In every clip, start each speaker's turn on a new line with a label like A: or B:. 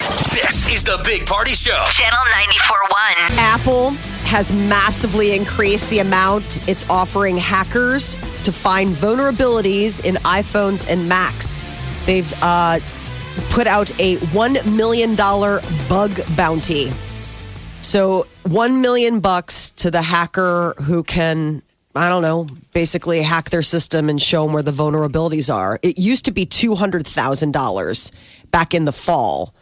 A: This is the Big Party Show.
B: Channel 94.1.
C: Apple has massively increased the amount it's offering hackers to find vulnerabilities in iPhones and Macs. They've uh, put out a $1 million bug bounty. So, 1 million bucks to the hacker who can, I don't know, basically hack their system and show them where the vulnerabilities are. It used to be $200,000 back in the fall.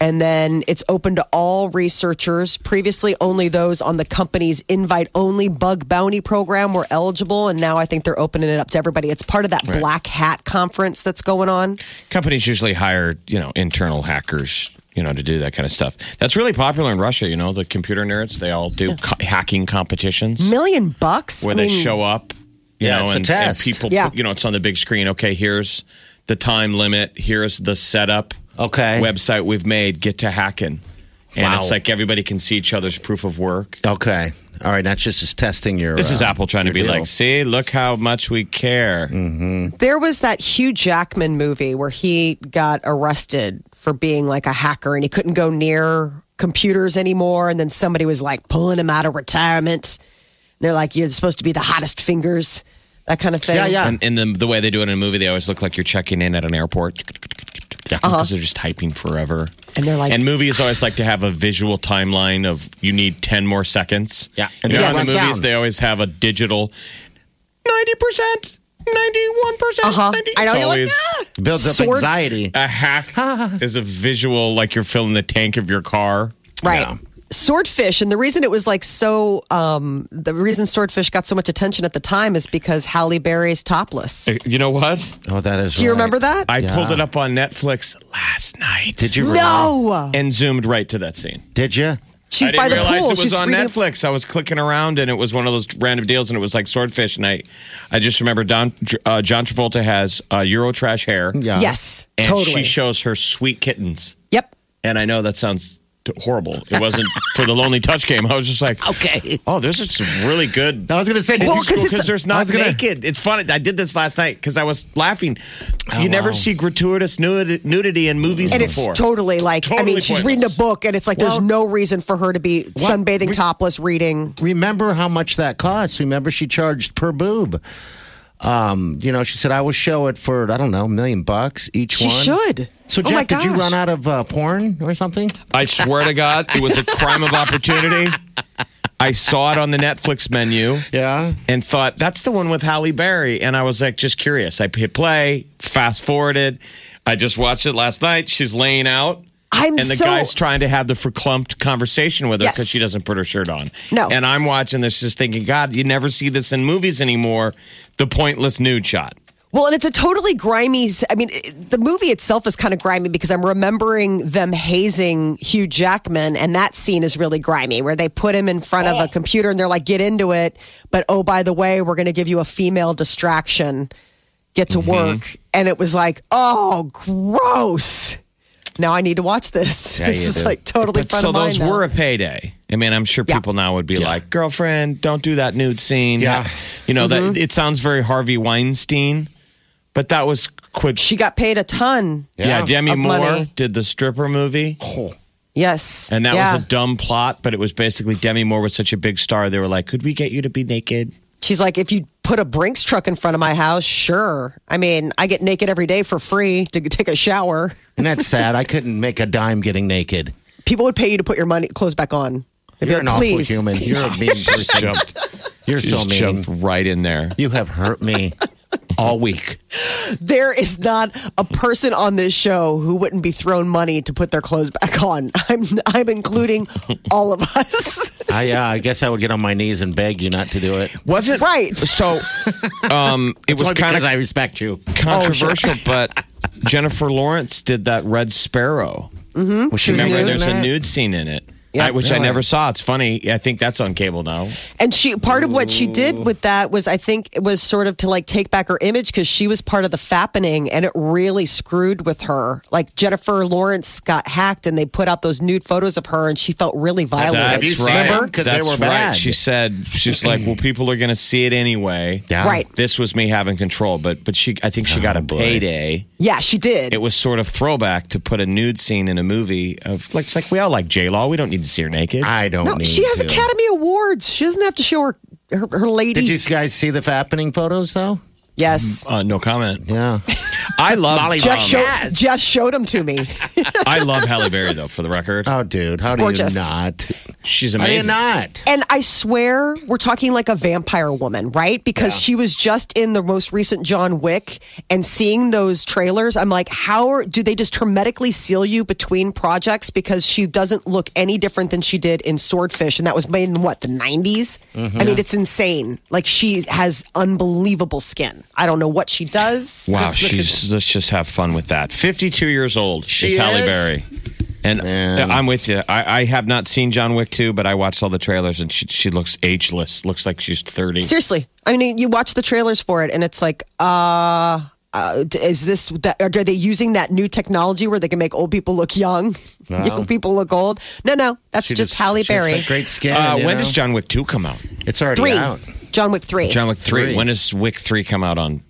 C: And then it's open to all researchers. Previously, only those on the company's invite only bug bounty program were eligible. And now I think they're opening it up to everybody. It's part of that black hat conference that's going on.
D: companies usually hire you know internal hackers you know to do that kind of stuff that's really popular in russia you know the computer nerds they all do co- hacking competitions
C: Million bucks?
D: where
C: Mm, I
D: they
C: mean,
D: show up you
E: Yeah,
D: know
E: it's a
D: and, and
E: test.
D: people
C: Yeah.
D: you know it's on the big screen okay here's the time limit here's the setup
E: Okay.
D: website we've made get to hacking and
E: Wow.
D: it's like everybody can see each other's proof of work
E: Okay. All right. That's just as testing your.
D: this is
E: uh,
D: apple trying to be
E: your deal.
D: like see look how much we care
C: There was that Hugh Jackman movie where he got arrested for being like a hacker and he couldn't go near computers anymore. And then somebody was like pulling him out of retirement. They're like, you're supposed to be the hottest fingers, that kind of thing.
E: Yeah, yeah.
D: And, and the, the way they do it in a movie, they always look like you're checking in at an airport. Because
C: Uh-huh.
D: they're just typing forever.
C: And they're like-
D: and movies always like to have a visual timeline of you need 10 more seconds.
E: Yeah.
D: And
E: And
D: you know,
C: then
D: in the
C: it
D: movies,
E: runs down.
D: they always have a digital 90%, 91%.
C: Uh-huh. I know
D: 90 It's
C: you're like,
D: always
C: "Ah!"
E: Builds up
C: Sword-
E: anxiety.
D: a hack is a visual, like you're filling the tank of your car.
C: Right. Swordfish, and the reason it was like so, um, the reason Swordfish got so much attention at the time is because Halle Berry's topless.
D: Uh, You know what?
E: Oh, that is.
C: Do you
E: right.
C: remember that?
D: I
E: Yeah.
D: pulled it up on Netflix last night.
E: Did you? really?
C: no,
D: And zoomed right to that scene.
E: Did you?
C: she's
D: I didn't
C: by the
D: realize
C: pool.
D: it was
C: she's
D: on
C: reading-
D: Netflix. I was clicking around, and it was one of those random deals, and it was like Swordfish. And I, I just remember Don, uh, John Travolta has uh, Eurotrash hair,
E: Yeah.
C: Yes,
D: and
C: totally.
D: she shows her sweet kittens.
C: yep.
D: And I know that sounds t- horrible. It wasn't for the Lonely Touch game. I was just like,
E: Okay.
D: oh, this is some really good.
E: I was gonna say. did
D: Well,
E: you-
D: because
C: it's-
D: there's
E: I
D: not
E: was gonna-
D: naked. It's funny. I did this last night because I was laughing.
E: Oh,
D: you never
E: wow.
D: see gratuitous nudi- nudity in movies
C: And
D: before.
C: it's totally like I mean,
D: Totally
C: she's reading a
D: pointless.
C: book, and it's like there's no reason for her to be sunbathing
E: We-
C: topless reading.
E: remember how much that costs. Remember she charged per boob. Um, you know, she said I will show it for I don't know, a million bucks each
C: She
E: one.
C: should.
E: So
C: oh my
E: Jeff, did you
C: gosh.
E: run out of uh, porn or something?
D: I swear to God, it was a crime of opportunity. I saw it on the Netflix menu
E: Yeah.
D: and thought, that's the one with Halle Berry. And I was like, just curious. I hit play, fast forwarded. I just watched it last night. She's laying out.
C: I'm
D: And the
C: so
D: guy's trying to have the verklempt conversation with her
C: Yes.
D: because she doesn't put her shirt on.
C: No.
D: And I'm watching this just thinking, God, you never see this in movies anymore. The pointless nude shot.
C: Well, and it's a totally grimy. s- I mean, it- the movie itself is kind of grimy because I'm remembering them hazing Hugh Jackman, and that scene is really grimy where they put him in front
D: Oh.
C: of a computer and they're like, get into it. But oh, by the way, we're going to give you a female distraction. Get
D: Mm-hmm.
C: to work. And it was like, oh, gross. Now I need to watch this. this
E: you
C: is
E: do.
C: like totally
D: But
C: fun
D: so
C: of mine
D: those
C: now.
D: were a payday. I mean, I'm sure people now would be like, "Girlfriend, don't do that nude scene."
E: Yeah.
D: you know that
C: Mm-hmm.
D: it sounds very Harvey Weinstein, but that was quid.
C: she got paid a ton.
D: yeah,
E: Yeah.
D: Demi
C: Of
D: Moore
C: money.
D: did the stripper movie,
E: Oh,
C: Yes.
D: and that
C: yeah.
D: was a dumb plot, but it was basically Demi Moore was such a big star. They were like, "Could we get you to be naked?"
C: She's like, if you put a Brinks truck in front of my house, sure. I mean, I get naked every day for free to take a shower.
E: And that's sad. I couldn't make a dime getting naked.
C: People would pay you to put your money clothes back on. They'd be
E: You're
C: like,
E: an awful
C: please.
E: human. You're a mean person. You're so
D: Just
E: mean.
D: jumped right in there.
E: You have hurt me all week.
C: There is not a person on this show who wouldn't be thrown money to put their clothes back on. I'm I'm including all of us.
E: I, uh, I guess I would get on my knees and beg you not to do it.
D: Wasn't
C: right.
D: So, um, it was
E: Only
D: kind
E: because
D: of
E: I respect you.
C: Oh,
D: controversial, but Jennifer Lawrence did that Red Sparrow. Mm-hmm. Well, she
C: was
D: remember
C: nude.
D: there's a nude scene in it,
C: Yeah.
D: I- which I
E: Really?
D: never saw. It's funny. I think that's on cable now.
C: And she part of what she did with that was I think it was sort of to like take back her image because she was part of the fappening and it really screwed with her. Like Jennifer Lawrence got hacked and they put out those nude photos of her and she felt really
E: Have
C: violated.
E: you seen them? 'Cause they
D: That's
E: were
D: right.
E: bad.
D: She said she's like, well, people are going to see it anyway.
E: Yeah. Oh,
C: Right.
D: This was me having control, but but she, I think she got a payday.
C: Yeah, she did.
D: It was sort of throwback to put a nude scene in a movie of like it's like we all like J Law. We don't need to see her naked.
E: I don't.
C: no,
E: need
C: she has
E: to.
C: Academy Awards. She doesn't have to show her her, her lady.
E: Did you Um, guys see the happening photos though?
C: yes.
D: uh, no comment.
E: Yeah.
D: I love
C: Jeff,
D: um,
C: show, Jeff showed them to me.
D: I love Halle Berry though. For the record,
E: Oh, dude, how do
C: Gorgeous.
E: you not?
D: she's
E: How do you
D: amazing.
E: not?
C: And I swear we're talking like a vampire woman, right? Because she was just in the most recent John Wick and seeing those trailers, I'm like, how are, do they just hermetically seal you between projects? Because she doesn't look any different than she did in Swordfish. And that was made in what, the 90s?
D: Mm-hmm.
C: I mean, it's insane. Like she has unbelievable skin. I don't know what she does.
D: Wow, she's let's just have fun with that. Fifty-two years old she is Halle
E: is?
D: Berry, and uh,
E: Man.
D: I'm with you. I, I have not seen John Wick two, but I watched all the trailers, and she, she looks ageless. Looks like she's thirty.
C: Seriously. I mean, you watch the trailers for it and it's like, uh, uh, d- is this that are they using that new technology where they can make old people look young, young people look old? No, no, that's
E: She
C: just, Halle
E: she has
C: Berry.
E: that Great skin.
D: Uh,
E: you
D: when
E: know?
D: does John Wick two come out?
E: It's already
C: three,
E: out.
C: John Wick three.
D: John Wick three.
E: Three.
D: When does Wick three come out on?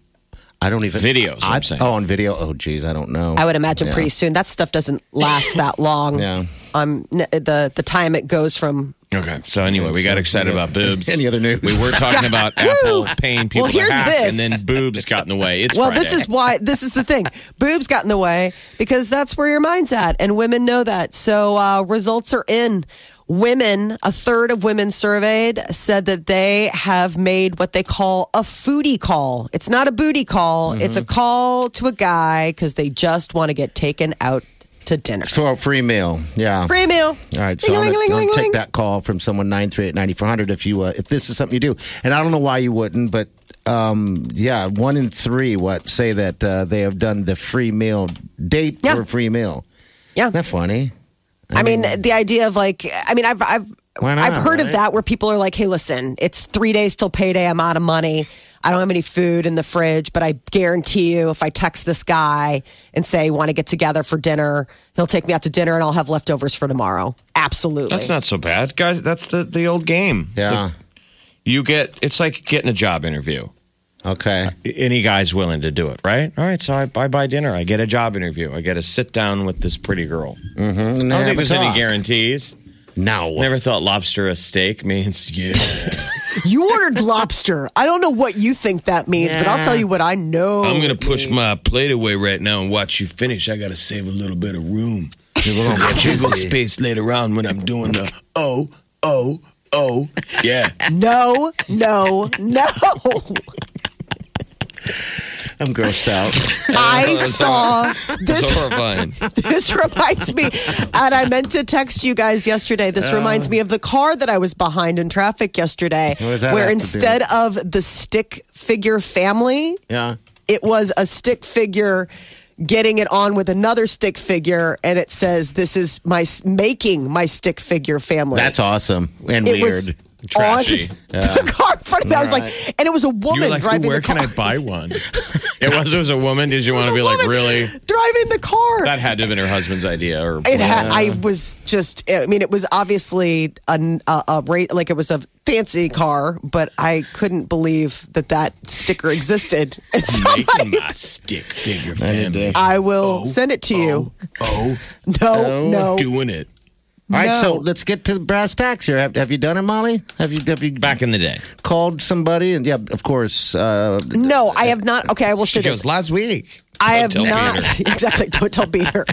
E: I don't even
D: Videos,
E: I,
D: I'm saying.
E: Oh, on video. Oh, geez, I don't know.
C: I would imagine pretty soon that stuff doesn't last that long.
E: Yeah.
C: Um, n- the the time it goes from
D: Okay. So anyway, we got excited about boobs.
E: Any other news?
D: We were talking about Apple paying people
C: Well,
D: to
C: here's
D: hack,
C: this.
D: and then boobs got in the way. It's
C: well,
D: Friday.
C: this is why this is the thing. Boobs got in the way because that's where your mind's at, and women know that. So uh, results are in. Women, a third of women surveyed said that they have made what they call a foodie call. It's not a booty call.
E: Mm-hmm.
C: It's a call to a guy because they just want to get taken out to dinner.
E: for a free meal. Yeah.
C: Free meal.
E: All right, so I'm gonna, I'm gonna take that call from someone nine three eight ninety four hundred if you uh, if this is something you do, and I don't know why you wouldn't, but um, yeah, one in three what say that uh, they have done the free meal date
C: Yeah.
E: for a free meal.
C: Yeah.
E: Isn't that funny?
C: I mean, the idea of like, I mean, I've, I've,
E: Why not,
C: I've heard of
E: right?
C: that where people are like, "Hey, listen, it's three days till payday. I'm out of money. I don't have any food in the fridge, but I guarantee you, if I text this guy and say want to get together for dinner, he'll take me out to dinner, and I'll have leftovers for tomorrow. Absolutely.
D: That's not so bad, guys. That's the the old game.
E: Yeah.
D: You get it's like getting a job interview.
E: Okay.
D: any guy's willing to do it, right? All right, so I, I buy dinner. I get a job interview. I get to sit down with this pretty girl.
E: And
D: I don't
E: have
D: think
E: a
D: there's any
E: talk.
D: guarantees.
E: No.
D: Never thought lobster a steak means yeah.
C: you ordered lobster. I don't know what you think that means, but I'll tell you what I know.
D: I'm gonna push my plate away right now and watch you finish. I gotta save a little bit of room, wiggle space later on when I'm doing the oh oh oh yeah.
C: No, no, no.
E: I'm grossed out.
C: I saw this.
D: horrifying.
C: this reminds me, and I meant to text you guys yesterday. This
E: Oh.
C: reminds me of the car that I was behind in traffic yesterday,
E: What does that
C: where
E: have to do
C: instead of the stick figure family,
E: yeah.
C: it was a stick figure getting it on with another stick figure, and it says, "This is my s- making my stick figure family."
E: That's awesome and
C: it
E: weird.
C: was
D: Trashy.
C: on the car in front of me. I was
E: All
C: like, and it was a
D: You were
C: woman
D: like,
C: driving
D: where
C: the car.
D: can I buy one? It was it was a woman. Did you want
C: It
D: to be
C: was a
D: like
C: woman
D: really?
C: driving the car?
D: That had to have been her husband's idea or
C: It had. I was just. I mean, it was obviously a, a, a rate like it was a fancy car, but I couldn't believe that that sticker existed. And so
D: making my stick figure family.
C: I will send it to you.
D: Oh,
C: No, no.
D: doing it
E: All right, so
C: No.
E: let's get to the brass tacks here. Have, have you done it, Molly? Have you have you
D: back in the day.
E: called somebody? And yeah, of course. Uh,
C: No, I have not. Okay, I will say this.
D: last week.
C: I have
D: Don't tell
C: not
D: Peter.
C: exactly. Don't tell Peter.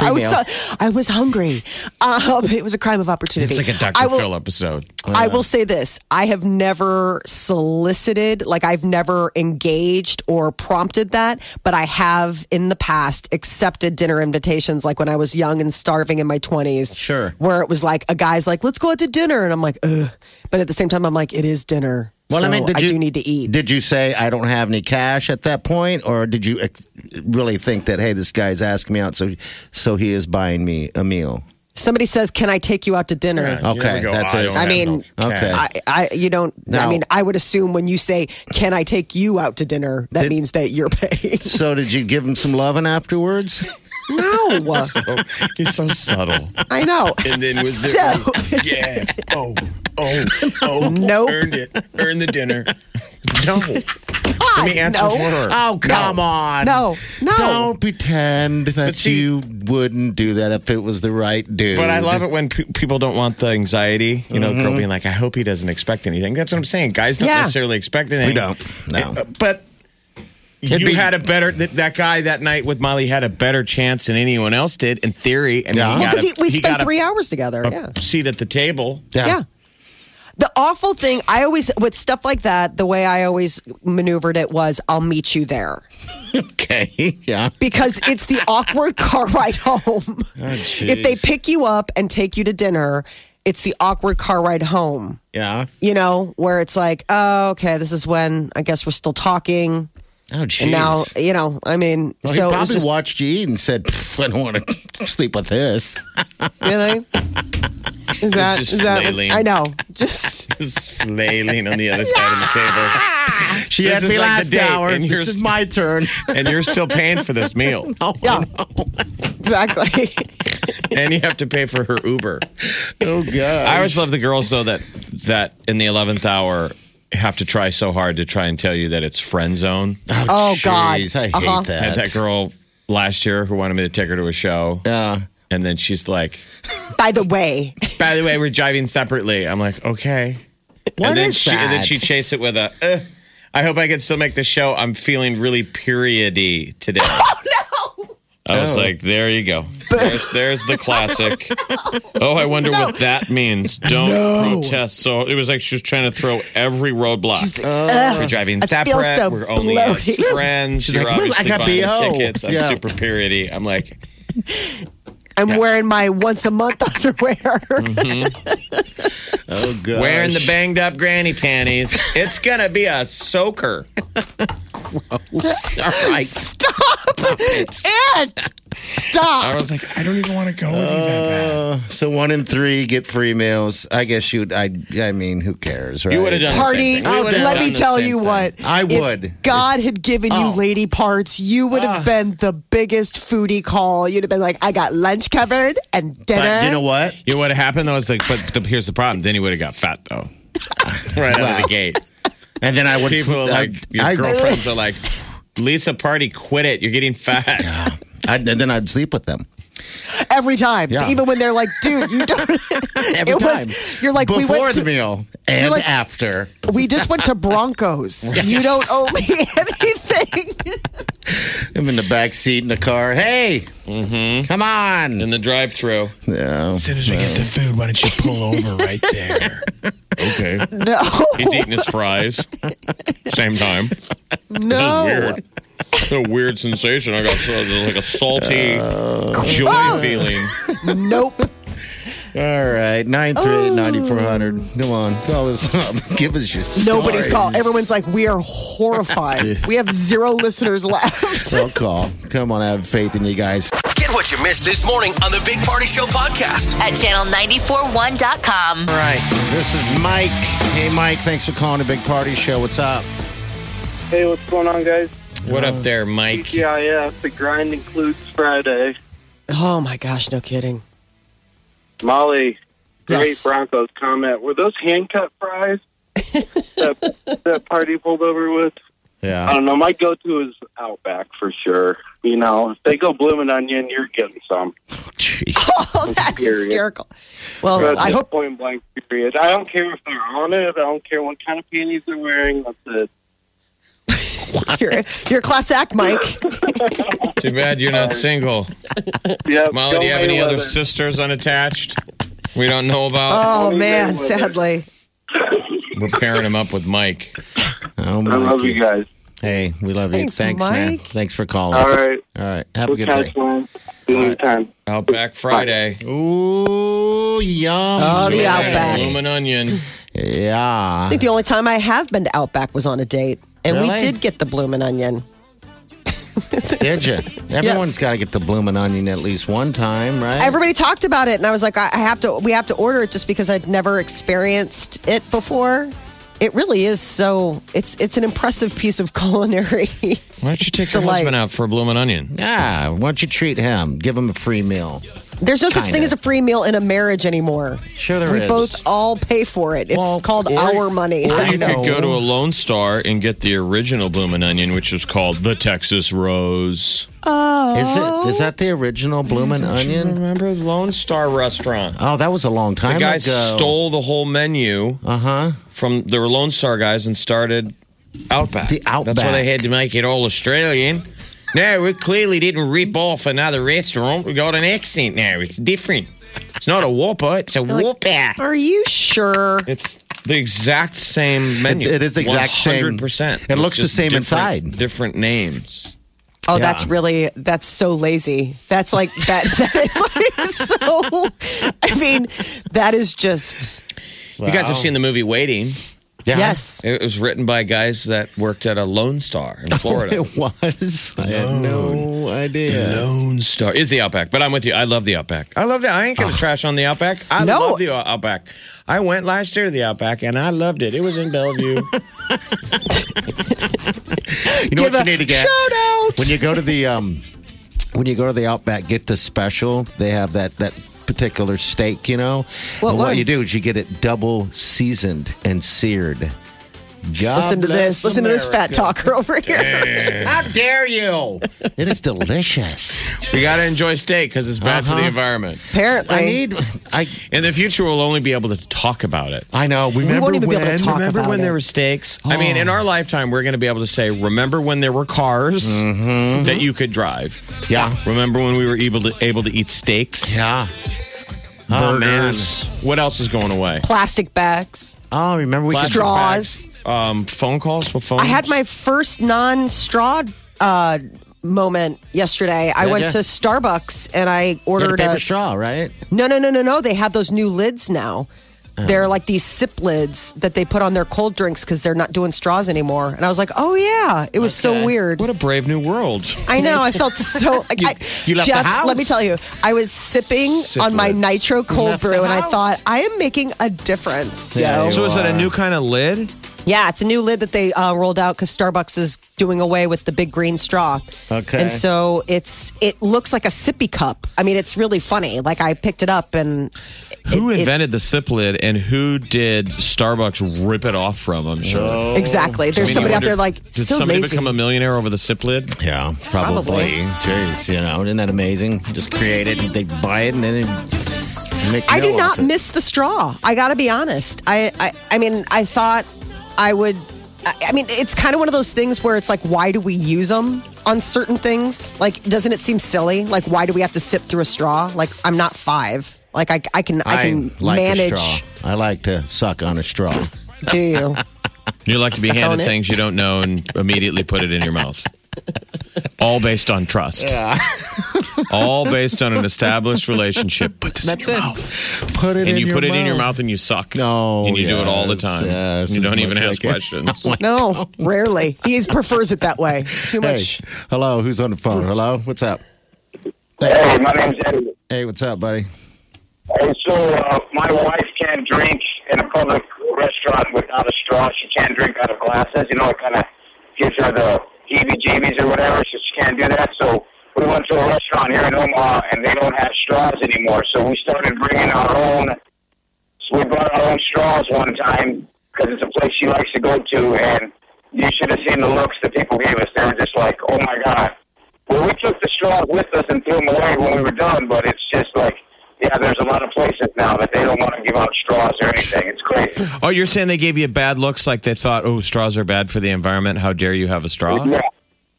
C: I was,
E: Female.
C: I was hungry. Um, it was a crime of opportunity.
D: It's like a Dr.
C: I will-
D: Phil episode.
C: I will say this I have never solicited, like, I've never engaged or prompted that, but I have in the past accepted dinner invitations, like when I was young and starving in my 20s.
E: Sure.
C: Where it was like a guy's like, let's go out to dinner. And I'm like, ugh. But at the same time, I'm like, it is dinner. so
E: did
C: I
E: you-
C: do need to eat.
E: Did you say I don't have any cash at that point, or did you ex- really think that hey, this guy's asking me out, so so he is buying me a meal?
C: Somebody says, "Can I take you out to dinner?"
E: Okay, that's it.
C: I mean,
E: Okay.
C: I, I, you don't. I
E: Now-
C: mean, I would assume when you say, "Can I take you out to dinner?" That
E: Did-
C: means that you're paying.
E: So did you give him some loving afterwards?
C: no,
D: It's so subtle.
C: I know.
D: And then was there?
C: So-
D: yeah. Oh, oh, oh.
C: Nope.
D: Earned it. Earned the dinner. No. Let me answer
C: no.
D: for her.
E: Oh come on!
C: No, no.
E: Don't pretend that
D: see-
E: you wouldn't do that if it was the right dude.
D: But I love it when pe- people don't want the anxiety. You know, girl being like, "I hope he doesn't expect anything." That's what I'm saying. Guys don't
C: Yeah.
D: necessarily expect anything.
E: We don't. No.
D: Uh, But
E: It'd
D: you
E: be-
D: had a better that, that guy that night with Molly had a better chance than anyone else did in theory. And
E: Yeah.
D: he
E: Well,
D: got
C: because
D: a,
C: we
D: he
C: spent
D: got a-
C: three hours together.
D: a
C: yeah.
D: seat at the table.
E: Yeah.
C: Yeah. The awful thing, I always, with stuff like that, the way I always maneuvered it was, I'll meet you there.
E: Okay. Yeah.
C: Because it's the awkward car ride home.
D: Oh,
C: if they pick you up and take you to dinner, it's the awkward car ride home,
E: Yeah.
C: you know, where it's like, oh, okay, this is when I guess we're still talking.
E: Oh, jeez.
C: And now, you know, I mean, so
E: Well, he
C: it was
E: probably
C: just,
E: watched you eat and said, "Pff, "I don't want to sleep with this."
C: really? Is that,
D: just
C: is that,
D: flailing.
C: I know, just.
D: Just flailing on the other side of the table,
E: She
D: This
E: had
D: is
E: me
D: like the
E: last
D: date,
E: hour.
D: and
E: This
D: here's-
E: is my turn.
D: and you're still paying for this meal,
E: oh,
C: Yeah, exactly.
D: and you have to pay for her Uber.
E: oh god.
D: I always love the girls though that that in the eleventh hour have to try so hard to try and tell you that it's friend zone.
C: Oh, God.
E: jeez, I hate
C: Uh-huh.
D: I had
E: that.
D: that girl last year who wanted me to take her to a show.
E: Yeah.
D: And then she's like,
C: By the way,
D: by the way, we're driving separately. I'm like, okay.
E: What
D: and then
E: is
D: she, And then
E: that?
D: she chased it with a, uh, I hope I can still make the show. I'm feeling really periody today. Oh, no. I was
E: Oh.
D: like, there you go. There's, there's the classic. Oh, I wonder what that means. Don't protest. So it was like she was trying to throw every roadblock.
E: Uh,
D: we're driving
C: I feel
D: separate.
C: so
D: we're only as
C: bloated.
D: friends. You're
E: like, "Look, I
D: obviously
E: got
D: buying
E: BO."
D: tickets. I'm
E: Yeah.
D: super periody. I'm like,
C: I'm wearing my once a month underwear.
E: Mm. Oh god.
D: wearing the banged up granny panties. It's gonna be a soaker.
E: All right.
C: Stop it!
D: I
C: Stop.
D: was like, I don't even want to go with you that bad.
E: Uh, So one in three get free meals. I guess you would. I. I mean, who cares, right?
D: You would have done
C: Party.
D: The same thing. We would've
C: Let
D: done
C: me
D: the
C: tell
D: same
C: you
D: thing.
C: what.
E: I
C: if
E: would.
C: God had given you
E: Oh. Ah.
C: lady parts, you would have been the biggest foodie call. You'd have been like, I got lunch covered and dinner.
E: But you know what?
D: You know what happened though? It's like, but the, here's the problem. Then he would have got fat though, right out of the gate.
E: And then I would.
D: People are like your
E: I,
D: girlfriends are like, Lisa Party, quit it. You're getting fat.
E: I, and then I'd sleep with them.
C: Every time.
E: Yeah.
C: Even when they're like, dude, you don't.
E: Every
C: it
E: time.
C: Was, you're like, we,
E: before
C: went
E: the
C: to,
E: meal and
C: like-
E: after.
C: we just went to Broncos. you don't owe me anything.
E: I'm in the back seat in the car. Hey, come on.
D: In the drive-through,
E: Yeah.
F: As soon as we get the food, why don't you pull over right there?
D: okay,
C: no.
D: he's eating his fries. Same time.
C: no.
D: This is weird. It's a weird sensation. I got so, there's like a salty joy feeling.
C: Nope.
E: All right, nine three eight ninety four hundred. Come on, call us up. Give us your stories.
C: Oh. Nobody's called. Everyone's like, we are horrified. we have zero listeners left.
E: Don't call. Come on, I have faith in you guys.
A: Get what you missed this morning on the Big Party Show podcast.
B: at channel941.com.
E: All right, this is Mike. Hey, Mike, thanks for calling the Big Party Show. What's up?
G: Hey, what's going on, guys?
D: What up there, Mike?
G: Yeah, yeah. The grind includes Friday.
C: oh my gosh, no kidding.
G: Molly, great
C: Yes.
G: Broncos comment. Were those hand cut fries that, that party pulled over with? I
E: Yeah.
G: don't know. My go to is Outback for sure. You know, if they go blooming onion, you're getting some.
E: Jeez.
C: Oh, that's
G: Period.
C: hysterical. Well,
G: That's
C: I
G: the
C: hope
G: point blank period. I don't care if they're on it. I don't care what kind of panties they're wearing. That's it.
C: you're, you're a class act, Mike.
D: Too bad you're not single.
G: Yep,
D: Molly, do you
G: go
D: have any other
G: Mayweather.
D: sisters unattached? We don't know about.
C: Oh man, sadly.
D: We're pairing them up with Mike.
E: Oh,
G: I love you
E: Mikey.
G: guys.
E: Hey, we love you.
C: Thanks,
E: Thanks, man.
C: Mike.
E: Thanks for calling.
G: All right.
E: All right, have a
G: We'll
E: good
G: catch
E: day.
G: one. See Noon time.
D: Outback Friday.
E: Ooh, yum.
C: Oh, the Outback.
D: Bloom and onion.
E: Yeah.
C: I think the only time I have been to Outback was on a date, and we
E: Really?
C: did get the bloomin' onion.
E: Did you? Everyone's got to get the bloomin' onion at least one time, right?
C: Everybody talked about it, and I was like, I I have to. We have to order it just because I'd never experienced it before. It really is so. It's it's an impressive piece of culinary.
D: Why don't you take your
C: Delight.
D: husband out for a blooming onion?
E: yeah. Why don't you treat him? Give him a free meal.
C: There's no such
E: Kinda.
C: thing as a free meal in a marriage anymore.
E: Sure, there
C: we
E: is.
C: both all pay for it. It's
E: Well,
C: called
E: or-
C: our money.
D: Or
E: I
D: you
E: know.
D: could go to a Lone Star and get the original blooming onion, which is called the Texas Rose.
E: Is it? Is that the original bloomin' onion?
D: Remember the Lone Star restaurant?
E: Oh, that was a long time
D: The guy
E: ago.
D: stole the whole menu
E: Uh huh.
D: from the Lone Star guys and started Outback.
E: The
D: That's why
E: Outback.
D: they had to make it all Australian. No, we clearly didn't rip off another restaurant. We got an accent now. It's different. It's not a Whopper. It's a Whopper.
C: Are you sure?
D: It's the exact same menu.
E: It's- it is the exact same.
D: 100%.
E: It looks
D: It's
E: the
D: just
E: same
D: different-
E: inside.
D: Different names.
C: Oh, that's really that's so lazy. That's like that. That is like so. I mean, that is just
D: You guys have seen the movie Waiting.
E: Yeah.
C: yes.
D: It was written by guys that worked at a Lone Star in Florida.
E: It was. I had no idea.
D: Lone Star is the Outback, but I'm with you. I love the Outback. Ah. I love that. I ain't gonna trash on the Outback. I
C: No.
D: love the Outback. I went last year to the Outback and I loved it. It was in Bellevue.
E: You know
C: Give
E: what
C: a
E: you need to get?
C: shout out.
E: when you go to the um, when you go to the Outback, get the special. They have that that particular steak, you know.
C: What
E: and what
C: one?
E: you do is you get it double seasoned and seared. God
C: Listen to
E: bless
C: this. Listen to this fat talker over here.
E: America. How dare you? It is delicious.
D: you gotta enjoy steak because it's bad
C: Uh-huh.
D: for the environment.
C: Apparently,
E: I need. I
D: In the future, we'll only be able to talk about it.
E: I know. Remember
C: won't even be
E: when?
C: able to talk
D: Remember
C: about
D: when
C: it. Oh.
D: there were steaks? I mean, in our lifetime, we're going to be able to say, "Remember when there were cars
C: Mm-hmm.
D: that you could drive?
E: Yeah.
D: Remember when we were able to able to eat steaks,
E: Yeah. Oh, man.
D: burgers? what else is going away?
C: plastic bags,
E: Oh, remember we
D: Plastic
E: could-
C: straws.
D: bags, um, phone calls, with phones.
C: I had my first non-straw uh, moment yesterday. I
E: Yeah,
C: went
E: yeah.
C: to Starbucks and I
E: you had a
C: ordered
E: paper
C: a
E: straw, right?
C: No, no, no, no, no. They have those new lids now. They're like these sip lids that they put on their cold drinks because they're not doing straws anymore. And I was like, oh yeah, it was so weird.
D: What a brave new world!
C: I know. I felt so. Like, I,
E: you left the
C: Jeff,
E: house.
C: let me tell you, I was sipping
D: Sip
C: on my
D: lids.
C: nitro cold
E: left the
C: brew, and I
E: house.
C: thought I am making a difference.
E: Yeah,
C: yo.
E: you
D: So is that a new kind of lid?
C: Yeah, it's a new lid that they uh, rolled out because Starbucks is doing away with the big green straw.
E: Okay.
C: And so it's it looks like a sippy cup. I mean, it's really funny. Like I picked it up and
D: Who
C: it-
D: invented the sip lid, and who did Starbucks rip it off from? I'm sure.
C: Exactly. There's
D: I mean,
C: somebody
D: you
C: out there
D: Oh. wonder,
C: like
D: did
C: so
D: somebody
C: lazy.
D: become a millionaire over the sip lid?
E: Yeah, probably.
C: Probably.
E: Jeez, you know, isn't that amazing? Just create it, and they buy it, and then they make.
C: I did
E: dough off
C: not
E: it.
C: miss the straw. I got to be honest. I, I I mean, I thought I would. I I mean, it's kind of one of those things where it's like, why do we use them on certain things? Like, doesn't it seem silly? Like, why do we have to sip through a straw? Like, I'm not five. Like, I, I can I can
E: like
C: manage.
E: A straw. I like to suck on a straw.
C: Do you?
D: You like to be
C: Suck on
D: handed
C: it.
D: things you don't know and immediately put it in your mouth. All based on trust. All based on an established relationship. Put this in your mouth.
E: Put it
D: And
E: in
D: you
E: your
D: put it
E: mouth.
D: in your mouth and you suck.
E: No,
D: And you do it all the
E: yes,
D: time.
E: yes,
D: you
E: as
D: don't even
E: much
D: ask
E: like it.
D: questions.
C: No, rarely. He prefers it that way. Too
E: Hey,
C: much.
E: hello, who's on the phone? Hello, what's up?
H: Hey, my name's Eddie.
E: Hey, what's up, buddy?
H: Hey, so uh, my wife can't drink in a public restaurant without a straw. She can't drink out of glasses. You know, it kind of gives her the heebie-jeebies or whatever, so she can't do that. So we went to a restaurant here in Omaha, and they don't have straws anymore. So we started bringing our own. So we brought our own straws one time because it's a place she likes to go to, and you should have seen the looks the people gave us. They were just like, "Oh my god." Well, we took the straws with us and threw them away when we were done, but it's just like, yeah, there's a lot of places now that they don't want to give out straws or anything. It's crazy.
D: Oh, you're saying they gave you bad looks like they thought, oh, straws are bad for the environment. How dare you have a straw?
H: Yeah,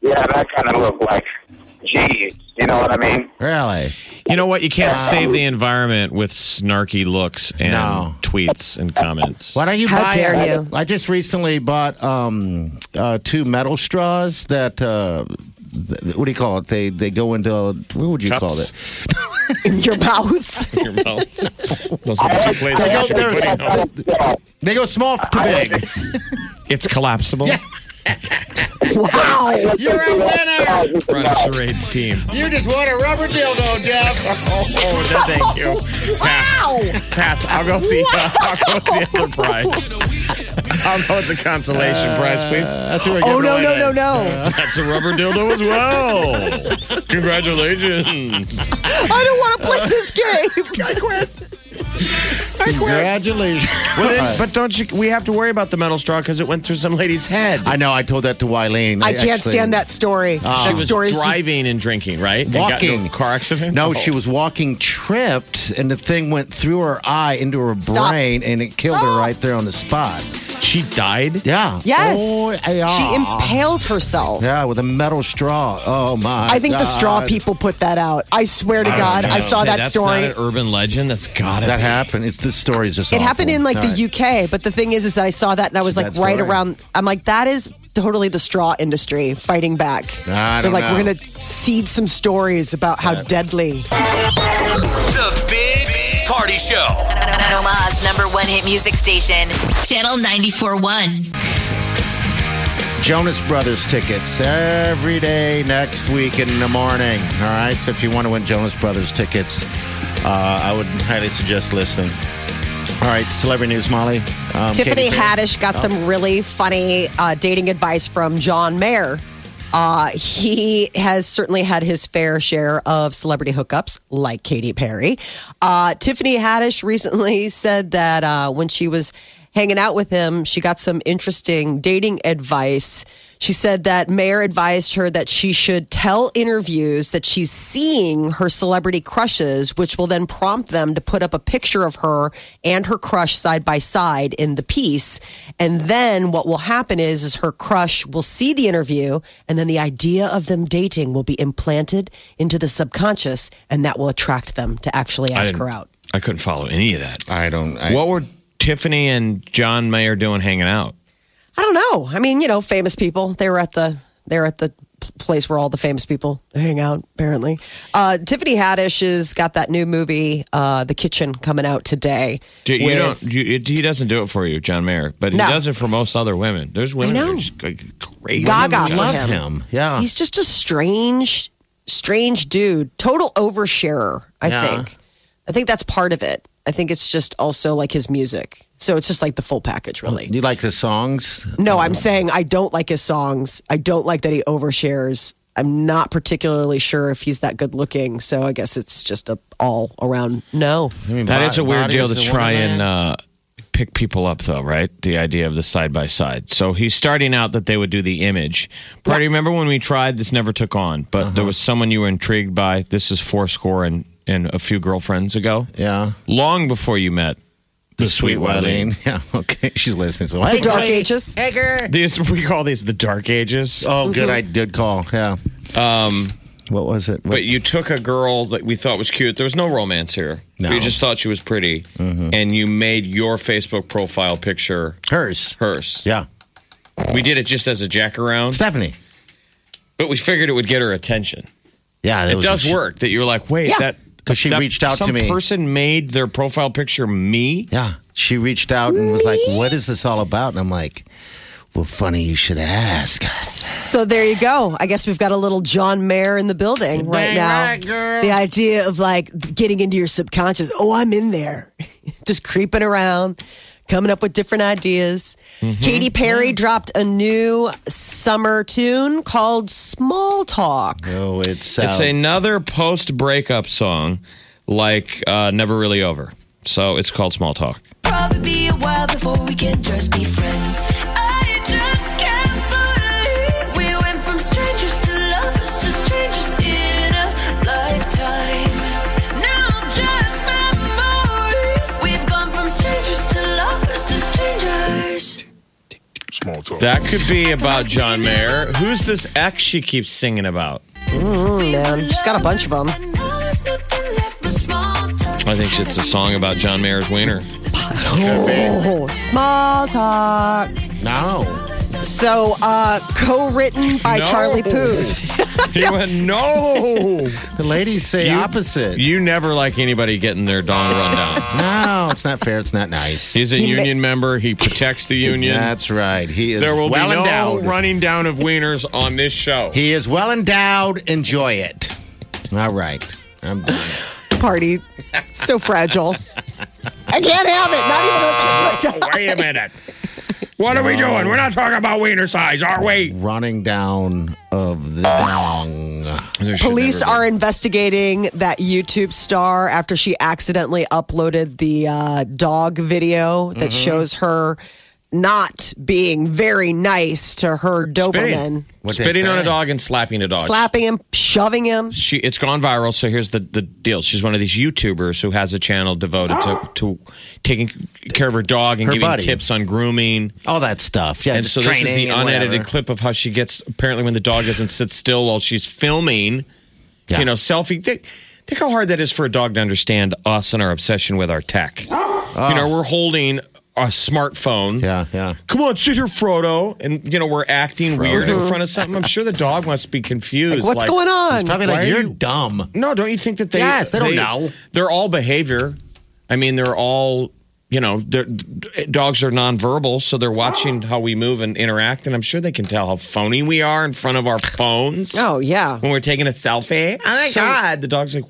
H: yeah, that kind of looked like, geez, you know what I mean?
E: Really?
D: You know what? You can't save the environment with snarky looks and
E: No.
D: tweets and comments.
E: Why don't you
C: How
E: buy
C: dare
E: I-
C: you.
E: I just recently bought um, uh, two metal straws that uh, th- what do you call it? They they go into what would you call
I: Cups?
E: it?
C: in your mouth.
I: Your mouth. Those are the two places
E: I
I: you
E: don't-
I: should be
E: there's-
I: putting them.
E: They go small to big.
D: It's collapsible.
E: Yeah.
C: Wow.
E: You're a winner.
I: Run a charades team.
E: You just won a rubber dildo, Jeff.
D: Oh, oh, no, thank you.
C: Wow.
D: Pass. I'll go with the, uh, I'll go with the other prize. I'll go with the consolation prize, please. That's what
C: Oh no no no no!
D: That's a rubber dildo as well. Congratulations.
C: I don't want to play this game. I quit.
E: Congratulations.
D: Well, then, but don't you? We have to worry about the metal straw because it went through some lady's head.
E: I know. I told that to Wileen.
C: I can't
E: actually- Ah.
C: stand that story.
D: she
C: that
D: was
C: story is just
D: driving and drinking, right? And got into a
E: Walking.
D: car accident. Oh.
E: No, she was walking, tripped, and the thing went through her eye into her
C: Stop.
E: brain, and it killed her
C: Stop.
E: right there on the spot.
D: She died.
E: Yeah.
C: yes.
E: Oh, yeah.
C: She impaled herself.
E: Yeah, with a metal straw. Oh my!
C: I think the straw
E: God.
C: people put that out. I swear to
D: was
C: God,
D: gonna
C: I saw
D: Oh. say,
C: that
D: that's
C: story.
D: not an urban legend. That's gotta
E: that
D: be.
E: happened. It's this story is just.
C: It happened in like the
E: UK.
C: UK, but the thing is, is that I saw that and I was
E: a
C: like
E: bad
C: right
E: story.
C: around. I'm like, that is totally the straw industry fighting back.
E: I
C: They're
E: don't
C: like, we're
E: know.
C: gonna seed some stories about how deadly.
A: The Big Party Show.
B: Omaha's number one hit music station, Channel 94.1.
E: Jonas Brothers tickets every day next week in the morning. All right, so if you want to win Jonas Brothers tickets, uh, I would highly suggest listening. All right, celebrity news, Molly. Um,
C: Tiffany
E: Katy Perry.
C: Haddish got some really funny uh, dating advice from John Mayer. Uh, he has certainly had his fair share of celebrity hookups, like Katy Perry. Uh, Tiffany Haddish recently said that uh, when she was hanging out with him, she got some interesting dating advice. She said that Mayer advised her that she should tell interviews that she's seeing her celebrity crushes, which will then prompt them to put up a picture of her and her crush side by side in the piece. And then what will happen is, is her crush will see the interview, and then the idea of them dating will be implanted into the subconscious, and that will attract them to actually
D: I
C: ask
D: didn't-
C: her out.
D: I couldn't follow any of that.
E: I don't. I,
D: What were Tiffany and John Mayer doing hanging out?
C: I don't know. I mean, you know, famous people. They were at the they were at the p- place where all the famous people hang out. Apparently, uh, Tiffany Haddish has got that new movie, uh, The Kitchen, coming out today.
D: Dude,
C: with-
D: you don't. You, it, he doesn't do it for you, John Mayer, but he
C: No.
D: does it for most other women. There's women that
C: know.
D: are just like, crazy.
C: Gaga for
E: love
C: him.
E: him. Yeah.
C: He's just a strange, strange dude. Total oversharer. I
E: Yeah.
C: think. I think that's part of it. I think it's just also like his music. So it's just like the full package, really.
E: you like the songs?
C: No, I'm saying I don't like his songs. I don't like that he overshares. I'm not particularly sure if he's that good looking, so I guess it's just a all around no.
E: I mean,
D: That
E: bo-
D: is a weird
E: body
D: deal to
E: is a
D: try and
E: wonderland.
D: uh, pick people up, though, right? The idea of the side by side. So he's starting out that they would do the image. Party, remember when we tried? This never took on, but
E: Uh-huh.
D: there was someone you were intrigued by. This is four score and, and a few girlfriends ago,
E: yeah.
D: long before you met the, sweet Wileen.
E: Wileen. Yeah. Okay. She's listening. So
C: The Dark Ages.
D: These we call these the dark ages.
E: Oh, good. I did call. Yeah. Um. What was it?
D: But you took a girl that we thought was cute. There was no romance here.
E: No. Mm-hmm.
D: You just thought she was pretty, and you made your Facebook profile picture
E: hers.
D: hers.
E: Yeah.
D: We did it just as a jack around,
E: Stephanie.
D: but we figured it would get her attention.
E: Yeah.
D: It does work that you're like, wait,
C: Yeah.
D: that
E: 'Cause she
D: that-
E: reached out to
D: some
E: me.
D: person made their profile picture me.
E: Yeah. She reached out and was like, What is this all about? And I'm like, Well, funny you should ask.
C: So there you go. I guess we've got a little John Mayer in the building right now. The idea of like getting into your subconscious. Oh, I'm in there. Just creeping around, coming up with different ideas. Katy Perry dropped a new summer tune called Small Talk.
E: Oh, it's,
D: It's
E: uh,
D: another post breakup song, like uh, Never Really Over. So it's called Small Talk.
B: Probably be a while before we can just be friends. I just can't believe we went from strangers to lovers to strangers in a lifetime. Now just memories. We've gone from strangers to lovers to strangers.
J: Small talk.
D: That could be about John Mayer. Who's this ex she keeps singing about?
C: Man, she's got a bunch of them.
B: I know there's nothing left but small talk.
D: I think it's a song about John Mayer's wiener.
C: Oh, small talk.
E: no.
C: So, uh, co-written by
D: No.
C: Charlie Puth.
D: He went, no.
E: The ladies say opposite.
D: You never like anybody getting their dong run down.
E: no, it's not fair. It's not nice.
D: He's a
C: He ma-
D: union member. He protects the union.
E: That's right. He is
D: there will
E: well
D: be no
E: endowed.
D: running down of wieners on this show.
E: He is well endowed. Enjoy it. All right. I'm done.
C: Party, so fragile. I can't have it. Not even a chocolate.
D: Wait a minute. What are we doing? We're not talking about wiener size, are we?
E: Running down of the dong.
C: Police are investigating that YouTube star after she accidentally uploaded the uh, dog video that
D: Mm-hmm.
C: shows her not being very nice to her Doberman,
E: What'd they
D: Spitting on
E: say?
D: a dog and slapping a dog.
C: slapping him, shoving him.
D: she it's gone viral. So here's the, the deal. She's one of these YouTubers who has a channel devoted to, to taking care of her dog and
E: Her
D: giving
E: buddy.
D: tips on grooming.
E: All that stuff. Yeah.
D: and
E: just
D: so this is
E: training
D: the
E: and
D: unedited
E: whatever.
D: clip of how she gets apparently when the dog doesn't sit still while she's filming.
E: Yeah.
D: You know, selfie. Think, think how hard that is for a dog to understand us and our obsession with our tech. You know, we're holding a smartphone.
E: Ah. Yeah, yeah.
D: Come on, sit here, Frodo. And, you know, we're acting weird in front of something. I'm sure the dog must be confused.
C: What's
D: like,
C: going on?
E: It's probably
D: Why
E: like
D: are
E: you're
D: you-
E: dumb.
D: No, don't you think that they?
E: Yes, they don't know.
D: They're all behavior. I mean, they're all you know. They're, dogs are nonverbal, so they're watching how we move and interact, and I'm sure they can tell how phony we are in front of our phones.
C: Oh yeah.
D: When we're taking a selfie, oh my god, the dog's like,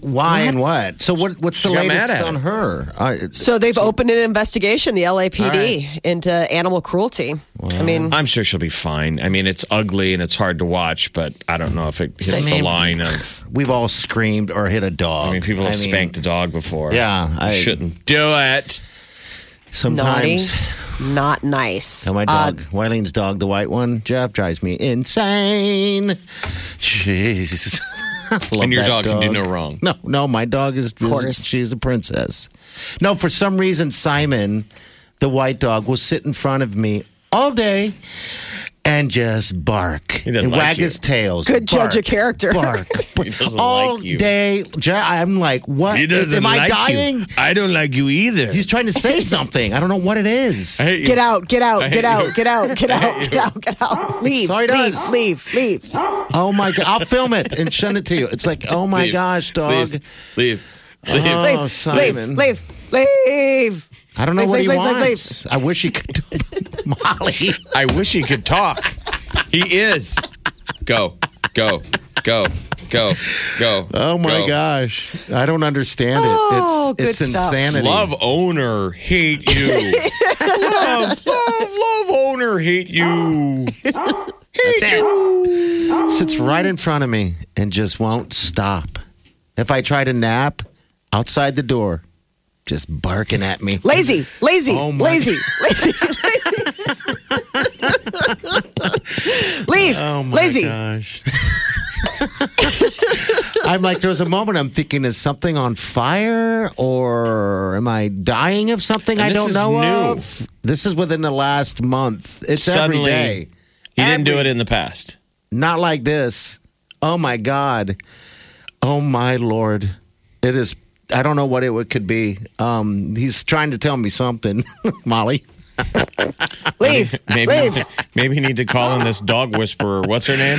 E: Why and what? So what? What's the
D: She got
E: latest
D: mad at
E: on
D: it.
E: her? I- it's-
C: So they've opened an investigation, the LAPD, into animal cruelty. I mean,
D: I'm sure she'll be fine. I mean, it's ugly and it's hard to watch, but I don't know if it hits the
E: Same.
D: line of.
E: we've all screamed or hit a dog.
D: I mean, people have spanked a dog before.
E: Yeah, I-
D: shouldn't do it.
C: naughty,
E: Sometimes.
C: not nice.
E: And my
C: Uh,
E: dog, Wylene's dog, the white one, Jeff, drives me insane. Jeez. I love
D: And your
E: that
D: dog can do no wrong.
E: No, no, my dog is,
C: course.
E: she's a princess. No, for some reason, Simon, the white dog, will sit in front of me all day and just bark
D: doesn't
E: and wag
D: like you.
E: his tails.
C: Good judge of
E: bark,
C: character.
E: Bark.
D: He doesn't
E: all
D: like you.
E: day. Je- I'm like, what?
K: He doesn't
E: Am I
K: like
E: dying?
K: you. I don't like you either.
E: He's trying to say something. I don't know what it is.
D: I hate you.
C: Get out, get out,
D: hate
C: get out, get out, get out, get out, get out. Leave,
E: Sorry,
C: leave,
E: does.
C: leave, leave.
E: Oh my god! I'll film it and send it to you. It's like, oh my
D: Leave.
E: gosh, dog!
D: Leave. Leave. Leave.
E: Oh,
C: leave,
E: Simon!
C: leave, leave, leave.
E: I don't know
C: Leave,
E: what
C: leave,
E: he
C: leave, leave,
E: wants. I wish he could. Molly,
D: I wish he could talk. He is. Go, go, go, go, go.
E: oh my
D: go.
E: gosh! I don't understand it.
C: Oh,
E: it's
C: good
E: it's
C: stuff.
E: insanity.
D: Love owner hate you. love, love, love owner hate you.
E: sits right in front of me and just won't stop. If I try to nap, outside the door, just barking at me.
C: Lazy, lazy,
E: Oh my-
C: lazy, lazy, lazy. leave,
E: Oh my
C: lazy.
E: gosh. I'm like, there was a moment I'm thinking, is something on fire or am I dying of something
D: And
E: I
D: this
E: don't
D: is
E: know
D: new.
E: of? This is within the last month. It's every
D: Suddenly-
E: day.
D: He didn't do
E: Every-
D: it in the past.
E: Not like this. Oh my God. Oh my Lord. It is, I don't know what it would- could be. Um, he's trying to tell me something, Molly.
C: Leave,
D: Maybe,
C: leave.
D: maybe you need to call in this dog whisperer. What's her name?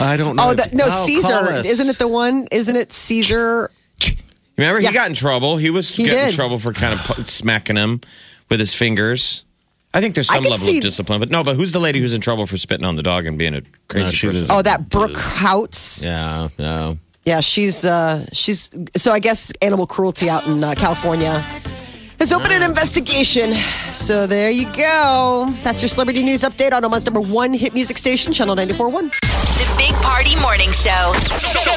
E: I don't know.
C: Oh,
E: if-
C: that, no,
E: Oh,
C: Caesar.
E: Collis.
C: Isn't it the one? Isn't it Caesar?
D: Remember,
C: Yeah.
D: he got in trouble. He was
C: He
D: getting in
C: did.
D: trouble for kind of pu- smacking him with his fingers. I think there's
C: I
D: some
C: could
D: level
C: see-
D: of discipline, but no. But who's the lady who's in trouble for spitting on the dog and being a crazy?
E: No, she
D: person?
E: was-
C: Oh, that Brooke Houts.
E: Yeah, no.
C: Yeah, she's uh, she's so I guess animal cruelty out in uh, California has opened an investigation. So there you go. That's your celebrity news update on Omaha's number one hit music station, Channel 94.1.
B: The Big Party Morning Show.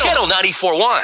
A: Channel 94.1.